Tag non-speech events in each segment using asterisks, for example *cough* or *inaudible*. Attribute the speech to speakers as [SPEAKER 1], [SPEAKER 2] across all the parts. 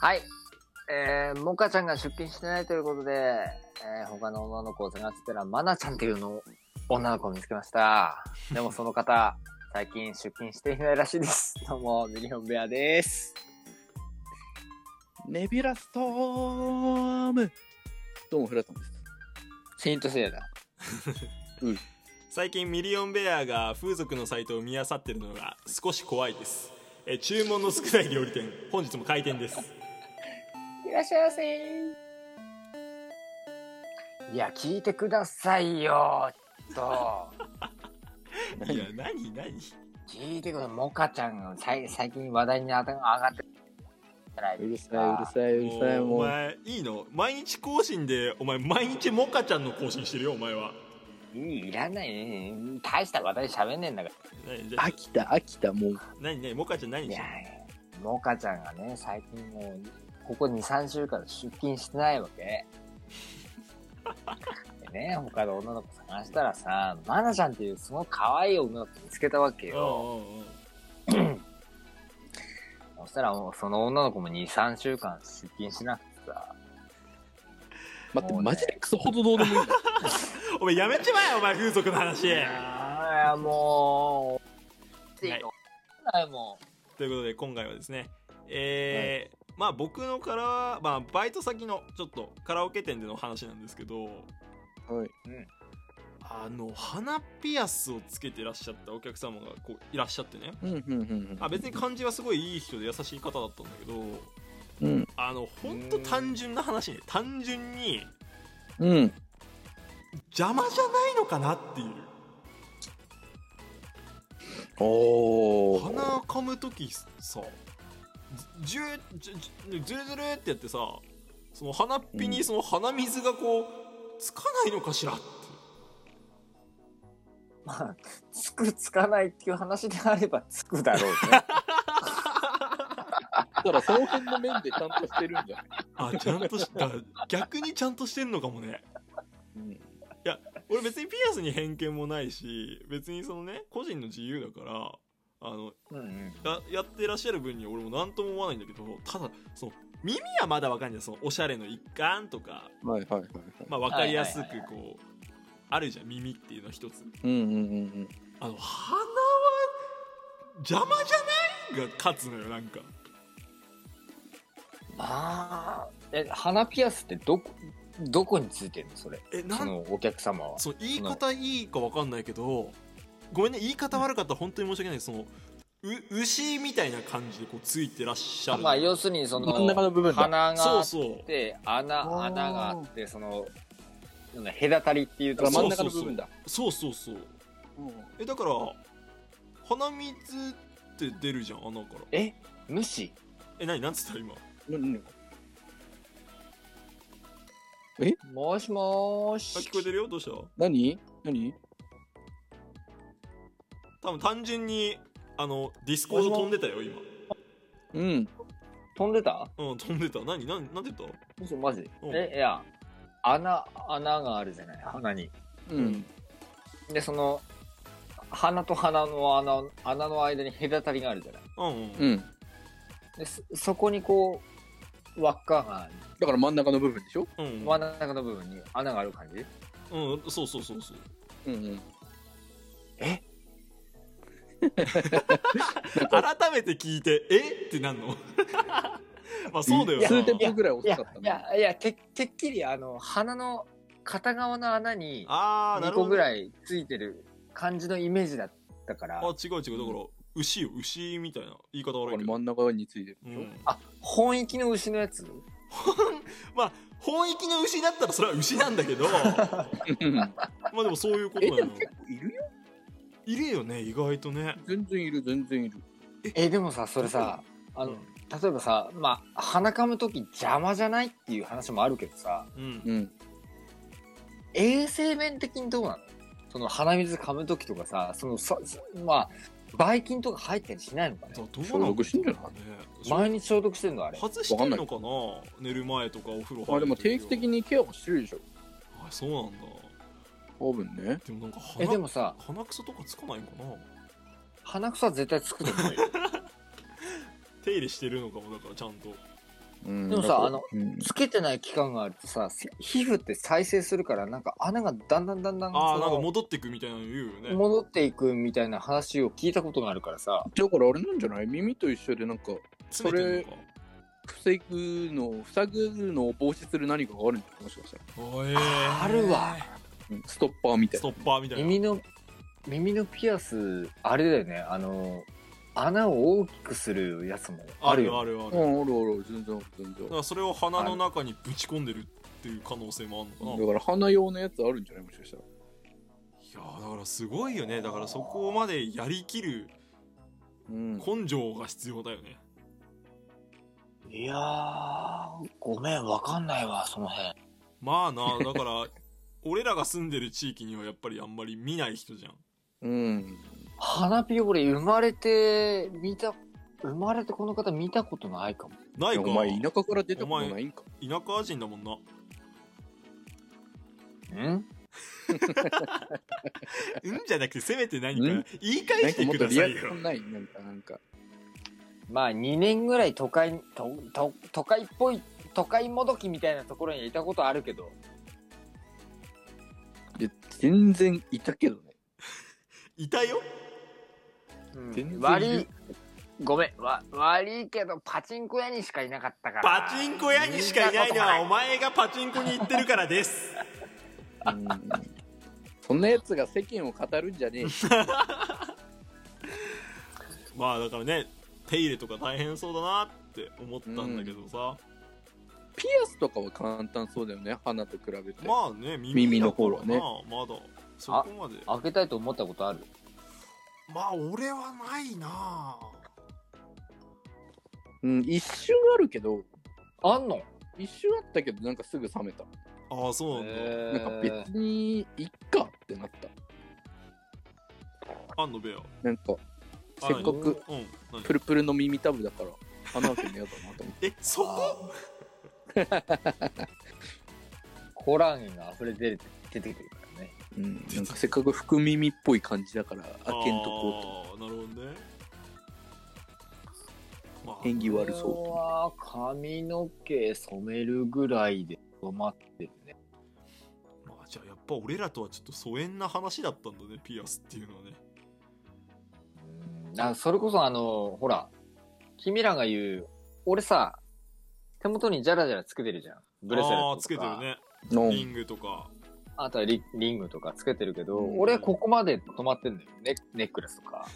[SPEAKER 1] はい。えー、モカちゃんが出勤してないということで、えー、他の女の子を探してたら、マナちゃんっていうの、女の子を見つけま *laughs* した。でもその方、最近出勤していないらしいです。 *laughs* どうも、ミリオンベアです。
[SPEAKER 2] ネビュラストームどうもフラトンです。
[SPEAKER 1] セイントセイヤだ。
[SPEAKER 3] 最近ミリオンベアが風俗のサイトを見漁ってるのが少し怖いですえ注文の少ない料理店本日も開店です
[SPEAKER 1] いらっしゃいませいや、聞いてくださいよ、ちょ *laughs* っと。
[SPEAKER 3] いや何何
[SPEAKER 1] 聞いてください。モカちゃんが最最近話題に上がってるじゃないうで
[SPEAKER 2] る
[SPEAKER 1] す
[SPEAKER 2] さ
[SPEAKER 1] か
[SPEAKER 2] い、うるさい、うるさい、
[SPEAKER 3] お
[SPEAKER 2] もう。
[SPEAKER 3] 前いいの毎日更新でお前毎日モカちゃんの更新してるよお前はい
[SPEAKER 1] いいらない。大した話題喋んねえんだから。
[SPEAKER 3] 何じゃあ
[SPEAKER 2] 飽きた、飽きた、もう。
[SPEAKER 3] 何何モカちゃん何
[SPEAKER 1] い
[SPEAKER 3] して
[SPEAKER 1] や
[SPEAKER 3] んの、
[SPEAKER 1] モカちゃんがね、最近もう、ここ2、3週間出勤してないわけ。でね、他の女の子探したらさ、マナちゃんっていうすごい可愛い女の子見つけたわけよ。
[SPEAKER 3] おうおうおう
[SPEAKER 1] そしたらもうその女の子も2、3週間出勤しなくてさ、
[SPEAKER 2] 待って、
[SPEAKER 1] もうね
[SPEAKER 2] マジでクソほどどうでもいいんだ。
[SPEAKER 3] お前やめちまえお前風俗の話
[SPEAKER 1] ああ、もう、って
[SPEAKER 3] はい
[SPEAKER 1] いのないも
[SPEAKER 3] ということで今回はですねえーまあ僕のからまあ、バイト先のちょっとカラオケ店での話なんですけど
[SPEAKER 2] はい。
[SPEAKER 3] あの鼻ピアスをつけてらっしゃったお客様がこういらっしゃってね
[SPEAKER 2] うん、うん、うん。
[SPEAKER 3] あ別に感じはすごいいい人で優しい方だったんだけど
[SPEAKER 2] うん。
[SPEAKER 3] あのほんと単純な話ね単純に
[SPEAKER 2] うん。
[SPEAKER 3] 邪魔じゃないのかなっていう
[SPEAKER 2] お
[SPEAKER 3] 鼻
[SPEAKER 2] ー。
[SPEAKER 3] 噛む時さジュージュジュズルズルってやってさその鼻っぴにその鼻水がこうつかないのかしらって
[SPEAKER 1] う、まあ、つくつかないっていう話であればつくだろうね。
[SPEAKER 2] だから、その辺の面でちゃんとしてるんじゃない
[SPEAKER 3] あちゃんとした逆にちゃんとしてんのかもね
[SPEAKER 2] うん。
[SPEAKER 3] 俺別にピアスに偏見もないし別にそのね個人の自由だからあの
[SPEAKER 1] うんうん。
[SPEAKER 3] ややってらっしゃる分には俺も何とも思わないんだけどただその耳はまだわかんないそのおしゃれの一環とか、
[SPEAKER 2] はい、はい、はい。はい
[SPEAKER 3] まあ、分かりやすく
[SPEAKER 1] はいはい
[SPEAKER 3] こうあるじゃん耳っていうのは一つ
[SPEAKER 2] うん、うん、うん
[SPEAKER 3] あの鼻は邪魔じゃないが勝つのよなんか
[SPEAKER 1] ああ、え、鼻ピアスってどこ、どこについてんのそれ。
[SPEAKER 3] えな
[SPEAKER 1] そ
[SPEAKER 3] ん
[SPEAKER 1] のお客様は。
[SPEAKER 3] そう言い方いいかわかんないけどごめんね言い方悪かったら本当に申し訳ないそのう牛みたいな感じでこうついてらっしゃる
[SPEAKER 1] まあ、要するに、そ
[SPEAKER 2] うん。
[SPEAKER 1] の、
[SPEAKER 2] 真ん中の部分だ。
[SPEAKER 1] 鼻があ
[SPEAKER 3] そう
[SPEAKER 1] っ
[SPEAKER 3] そう
[SPEAKER 1] て、穴、穴があって、その、なんだ隔たりっていう
[SPEAKER 2] だ
[SPEAKER 1] と
[SPEAKER 2] から
[SPEAKER 1] ころ
[SPEAKER 2] 真ん中の部分だ。
[SPEAKER 3] そうそうそう
[SPEAKER 2] うん
[SPEAKER 3] えだから鼻水って出るじゃん穴から
[SPEAKER 1] え無視
[SPEAKER 3] え何なんつった今
[SPEAKER 2] うん。
[SPEAKER 1] もしもー
[SPEAKER 3] あ
[SPEAKER 1] し
[SPEAKER 3] 聞。こえてるよどうした
[SPEAKER 2] 何何
[SPEAKER 3] 多分単純にあのディスコード飛んでたよ今
[SPEAKER 2] うん。
[SPEAKER 1] 飛んでた
[SPEAKER 3] うん飛んでた何何何て言っ
[SPEAKER 1] 嘘、マジ
[SPEAKER 3] うん
[SPEAKER 1] え、いや、穴、穴があるじゃない、鼻に。
[SPEAKER 2] うん。
[SPEAKER 1] で、その、鼻と鼻の穴、穴の間に隔たりがあるじゃない。
[SPEAKER 3] たうんうん、
[SPEAKER 2] うん。
[SPEAKER 1] で、そそこにこう、輪っかがある。
[SPEAKER 2] だから真ん中の部分でしょ
[SPEAKER 3] うんうん
[SPEAKER 1] 真ん中の部分に穴がある感じ
[SPEAKER 3] うんそうそうそうそう
[SPEAKER 2] うんうん。
[SPEAKER 3] 改めて聞いてえってなんの *laughs* まあそうだよな
[SPEAKER 2] 数店舗ぐらい遅
[SPEAKER 1] いや
[SPEAKER 2] かった
[SPEAKER 1] いやいやててっきりあの鼻の片側の穴に
[SPEAKER 3] ああな
[SPEAKER 1] 2
[SPEAKER 3] るほ
[SPEAKER 1] 個
[SPEAKER 3] ど
[SPEAKER 1] ぐらいついてる感じのイメージだったから
[SPEAKER 3] あ違う違うだから牛よ牛みたいな言い方
[SPEAKER 2] こ
[SPEAKER 3] 悪い
[SPEAKER 2] れ
[SPEAKER 3] けど
[SPEAKER 2] 真ん中についてる
[SPEAKER 3] う
[SPEAKER 2] でしょ、
[SPEAKER 3] ん、
[SPEAKER 1] あ本域の牛のやつ
[SPEAKER 3] まあ本域の牛だったらそれは牛なんだけ *laughs* どまあでもそういうこと
[SPEAKER 2] え
[SPEAKER 3] だ
[SPEAKER 2] で
[SPEAKER 3] よ
[SPEAKER 2] も結構いるよ
[SPEAKER 3] いるよね意外とね
[SPEAKER 2] 全然いる全然いる
[SPEAKER 1] えでもさそれさあの、
[SPEAKER 3] うん
[SPEAKER 1] 例えばさまあ鼻かむ時邪魔じゃないっていう話もあるけどさ
[SPEAKER 3] うん
[SPEAKER 2] うん
[SPEAKER 1] 衛生面的にどうなのその鼻水かむ時とかさそのささまあばい菌とか入ったりしないのかね
[SPEAKER 3] だどう
[SPEAKER 2] 消
[SPEAKER 3] なん
[SPEAKER 2] 毒
[SPEAKER 3] だ
[SPEAKER 2] してんじゃない
[SPEAKER 3] ろうね
[SPEAKER 1] 毎日消毒してんのあれ
[SPEAKER 3] 外してんのかな寝る前とかお風呂入る
[SPEAKER 2] あでも定期的
[SPEAKER 3] に
[SPEAKER 2] にケアはしてるでしょ
[SPEAKER 3] あそうなんだ
[SPEAKER 2] 多分ね
[SPEAKER 3] でもなんか鼻
[SPEAKER 1] えでもさ
[SPEAKER 3] 鼻くそとかつかないんかな
[SPEAKER 1] 鼻くそは絶対つくと思うよ
[SPEAKER 3] 手入れしてるのかもだからちゃんと
[SPEAKER 2] うん
[SPEAKER 1] でもさ
[SPEAKER 2] だから
[SPEAKER 1] あの
[SPEAKER 2] うん
[SPEAKER 1] つけてない期間があるとさせ皮膚って再生するからなんか穴がだんだんだんだん
[SPEAKER 3] ああ
[SPEAKER 1] そ
[SPEAKER 3] なん
[SPEAKER 1] の
[SPEAKER 3] か戻ってくみたいなの言うよね
[SPEAKER 1] 戻っていくみたいな話を聞いたことがあるからさ
[SPEAKER 2] だからあれなんじゃない耳と一緒でなんか
[SPEAKER 3] 詰めてんのか
[SPEAKER 2] 防ぐのを塞ぐのを防止する何かがあるんじゃないもしかしたら、
[SPEAKER 3] おえ
[SPEAKER 1] あるわ
[SPEAKER 2] うんストッパーみたい
[SPEAKER 3] ス
[SPEAKER 2] な
[SPEAKER 3] トッパーみたいな
[SPEAKER 1] 耳の耳のピアスあれだよねあの穴を大きくするやつもあ
[SPEAKER 3] あ
[SPEAKER 1] る
[SPEAKER 3] る
[SPEAKER 1] よ
[SPEAKER 3] あるある
[SPEAKER 2] う
[SPEAKER 3] だか
[SPEAKER 2] んあるある全然ある全然ある
[SPEAKER 3] らそれを鼻の中にぶち込んでるっていう可能性もあるのか
[SPEAKER 2] だ
[SPEAKER 3] な
[SPEAKER 2] から鼻用のやつあるんじゃないもしかしたら
[SPEAKER 3] いやーだからすごいよねだからそこまでやりきる
[SPEAKER 2] うん
[SPEAKER 3] 根性が必要だよね
[SPEAKER 1] いやーごめんわかんないわその辺
[SPEAKER 3] まあなだから *laughs* 俺らが住んでる地域にはやっぱりあんまり見ない人じゃん
[SPEAKER 2] うん
[SPEAKER 1] 花火俺生まれて見た生まれてこの方見たことないかも
[SPEAKER 3] ないか
[SPEAKER 2] お前田舎から出たことないんか
[SPEAKER 3] 田舎人だもんなんうんじゃなくてせめて何か
[SPEAKER 2] うん
[SPEAKER 3] 言い
[SPEAKER 2] なん
[SPEAKER 3] 返し
[SPEAKER 2] か
[SPEAKER 3] て
[SPEAKER 2] もっ
[SPEAKER 3] く
[SPEAKER 2] と
[SPEAKER 3] だ
[SPEAKER 2] リ
[SPEAKER 3] さ
[SPEAKER 2] ア
[SPEAKER 3] いよ
[SPEAKER 2] クションないなんかなんか
[SPEAKER 1] まあ2年ぐらい都会とと都会っぽい都会もどきみたいなところにいたことあるけど
[SPEAKER 2] いや全然いたけどね
[SPEAKER 3] いたよ
[SPEAKER 1] うん
[SPEAKER 2] 全然いる
[SPEAKER 1] 悪いごめんわ悪いけどパチンコ屋にしかいなかったから
[SPEAKER 3] パチンコ屋にしかいないのはお前がパチンコに行ってるからです *laughs*
[SPEAKER 2] うんそんなやつが世間を語るんじゃねえよ
[SPEAKER 3] まあだからね手入れとか大変そうだなって思ったんだけどさ、
[SPEAKER 2] ピアスとかは簡単そうだよね鼻と比べて、
[SPEAKER 3] まあね耳
[SPEAKER 2] 耳の方はね
[SPEAKER 3] だからなまだそこまで
[SPEAKER 1] 開けたいと思ったことある
[SPEAKER 3] まあ俺はないな
[SPEAKER 2] うん、一瞬あるけど
[SPEAKER 1] あんの
[SPEAKER 2] 一瞬あったけどなんかすぐ冷めた
[SPEAKER 3] ああそうなんだ、
[SPEAKER 2] なんか別にいっかってなった
[SPEAKER 3] あんのベア
[SPEAKER 2] なんか
[SPEAKER 3] あ
[SPEAKER 2] せっかく
[SPEAKER 3] うん何
[SPEAKER 2] プルプルの耳たぶだから鼻開けるのやだなと思って
[SPEAKER 3] えそこ
[SPEAKER 1] *laughs* コラーゲンが溢れ出る出てくるからね
[SPEAKER 3] *laughs*
[SPEAKER 2] うん、なんかせっかく福耳っぽい感じだから開けんとこうと
[SPEAKER 3] あーなるほどね、まあ
[SPEAKER 2] 縁起悪
[SPEAKER 1] 俺
[SPEAKER 2] そ
[SPEAKER 1] は髪の毛染めるぐらいで止まってるね
[SPEAKER 3] まあじゃあやっぱ俺らとはちょっと疎遠な話だったんだねピアスっていうのはね
[SPEAKER 1] うんあそれこそあのほら君らが言う俺さ手元にジャラジャラつけてるじゃんブレスレッ
[SPEAKER 3] あ
[SPEAKER 1] ト
[SPEAKER 3] あ
[SPEAKER 1] とか
[SPEAKER 3] つけてるね
[SPEAKER 2] うの
[SPEAKER 3] リングとか
[SPEAKER 1] あとはリリングとかつけてるけど、
[SPEAKER 2] うん
[SPEAKER 1] 俺ここまで止まってんだよネネックレスとか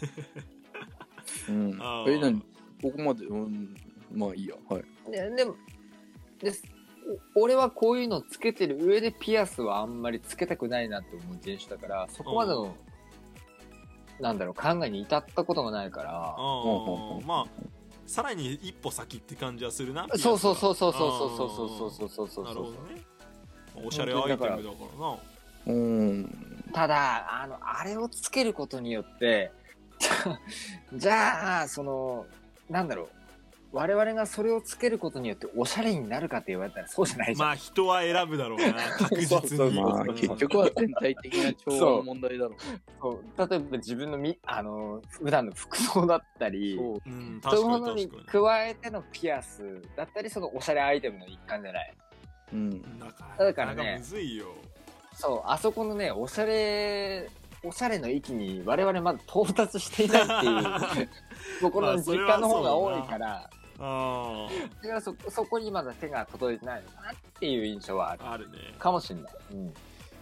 [SPEAKER 2] うん
[SPEAKER 3] あ
[SPEAKER 2] え何
[SPEAKER 3] ー
[SPEAKER 2] ここまでうんまあいいやはい
[SPEAKER 1] ででもですお俺はこういうのつけてる上でピアスはあんまりつけたくないなって思う人種だからそこまでの、なんだろう考えに至ったことがないから
[SPEAKER 3] あ
[SPEAKER 2] ほうほうほ
[SPEAKER 3] ー
[SPEAKER 2] う
[SPEAKER 3] まあさらに一歩先って感じはするな
[SPEAKER 1] そうそうそうそうそう
[SPEAKER 3] ピア
[SPEAKER 1] そう
[SPEAKER 3] ス
[SPEAKER 1] そうそうそ
[SPEAKER 3] が
[SPEAKER 1] うそうそう
[SPEAKER 3] なる
[SPEAKER 1] そ
[SPEAKER 3] ほど
[SPEAKER 1] う
[SPEAKER 3] ねまあおしゃれアイテムだからな
[SPEAKER 2] うん
[SPEAKER 1] ただあのあれをつけることによって *laughs* じゃじゃあそのなんだろう我々がそれをつけることによっておしゃれになるかって言われたらそうじゃないじゃん、
[SPEAKER 3] まあ人は選ぶだろうな確
[SPEAKER 1] そう
[SPEAKER 3] 実
[SPEAKER 1] そう
[SPEAKER 3] に
[SPEAKER 2] まあ
[SPEAKER 1] そう
[SPEAKER 2] 結局は全体的な調和の問題だろ
[SPEAKER 1] そう例えば自分のみあの普段の服装だった
[SPEAKER 2] う
[SPEAKER 1] り
[SPEAKER 2] そう
[SPEAKER 3] うん
[SPEAKER 1] そうい
[SPEAKER 3] 確
[SPEAKER 1] う
[SPEAKER 3] か
[SPEAKER 1] も
[SPEAKER 3] に
[SPEAKER 1] のに
[SPEAKER 3] 確か
[SPEAKER 1] 加えてのピアスだったりそのおしゃれアイテムの一環じゃない
[SPEAKER 2] うん
[SPEAKER 3] にだから
[SPEAKER 1] だからね
[SPEAKER 3] なかなかむずいよ
[SPEAKER 1] そうあそこのねおしゃれおしゃれの域に我々まだ到達していないっていう
[SPEAKER 3] *laughs*
[SPEAKER 1] ところの実感の方が多いから、
[SPEAKER 3] あ
[SPEAKER 1] だからそそこにまだ手が届いてないのかなっていう印象はある
[SPEAKER 3] ああるね
[SPEAKER 1] かもしれない、うん、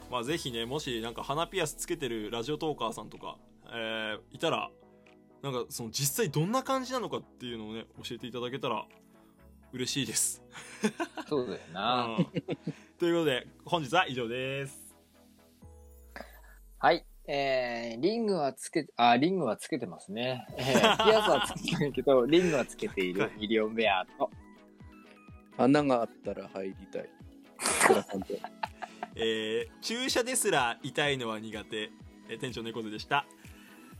[SPEAKER 3] まあぜひねもしなんか鼻ピアスつけてるラジオトーカーさんとか、えーいたらなんかその実際どんな感じなのかっていうのをね教えていただけたら嬉しいです、
[SPEAKER 1] そうだよ
[SPEAKER 3] う
[SPEAKER 1] な、
[SPEAKER 3] ん、 *laughs* ということで本日は以上です
[SPEAKER 1] はいえー、リングはつけあリングはつけてますね、
[SPEAKER 3] *laughs*
[SPEAKER 1] えー、ピアスはつけてないけどリングはつけているミリオンベアと
[SPEAKER 2] 穴があったら入り
[SPEAKER 1] *laughs*
[SPEAKER 2] たい。
[SPEAKER 3] えー注射ですら痛いのは苦手、えー店長猫背でした、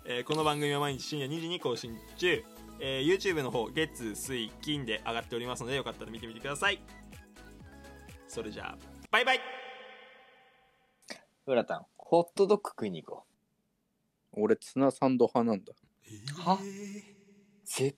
[SPEAKER 3] えーこの番組は毎日深夜2時に更新中、えー YouTube の方月水金で上がっておりますのでよかったら見てみてくださいそれじゃあバイバイ
[SPEAKER 1] ブラタンホットドッグ食いに行こう
[SPEAKER 2] 俺ツナサンド派なんだ。
[SPEAKER 1] は絶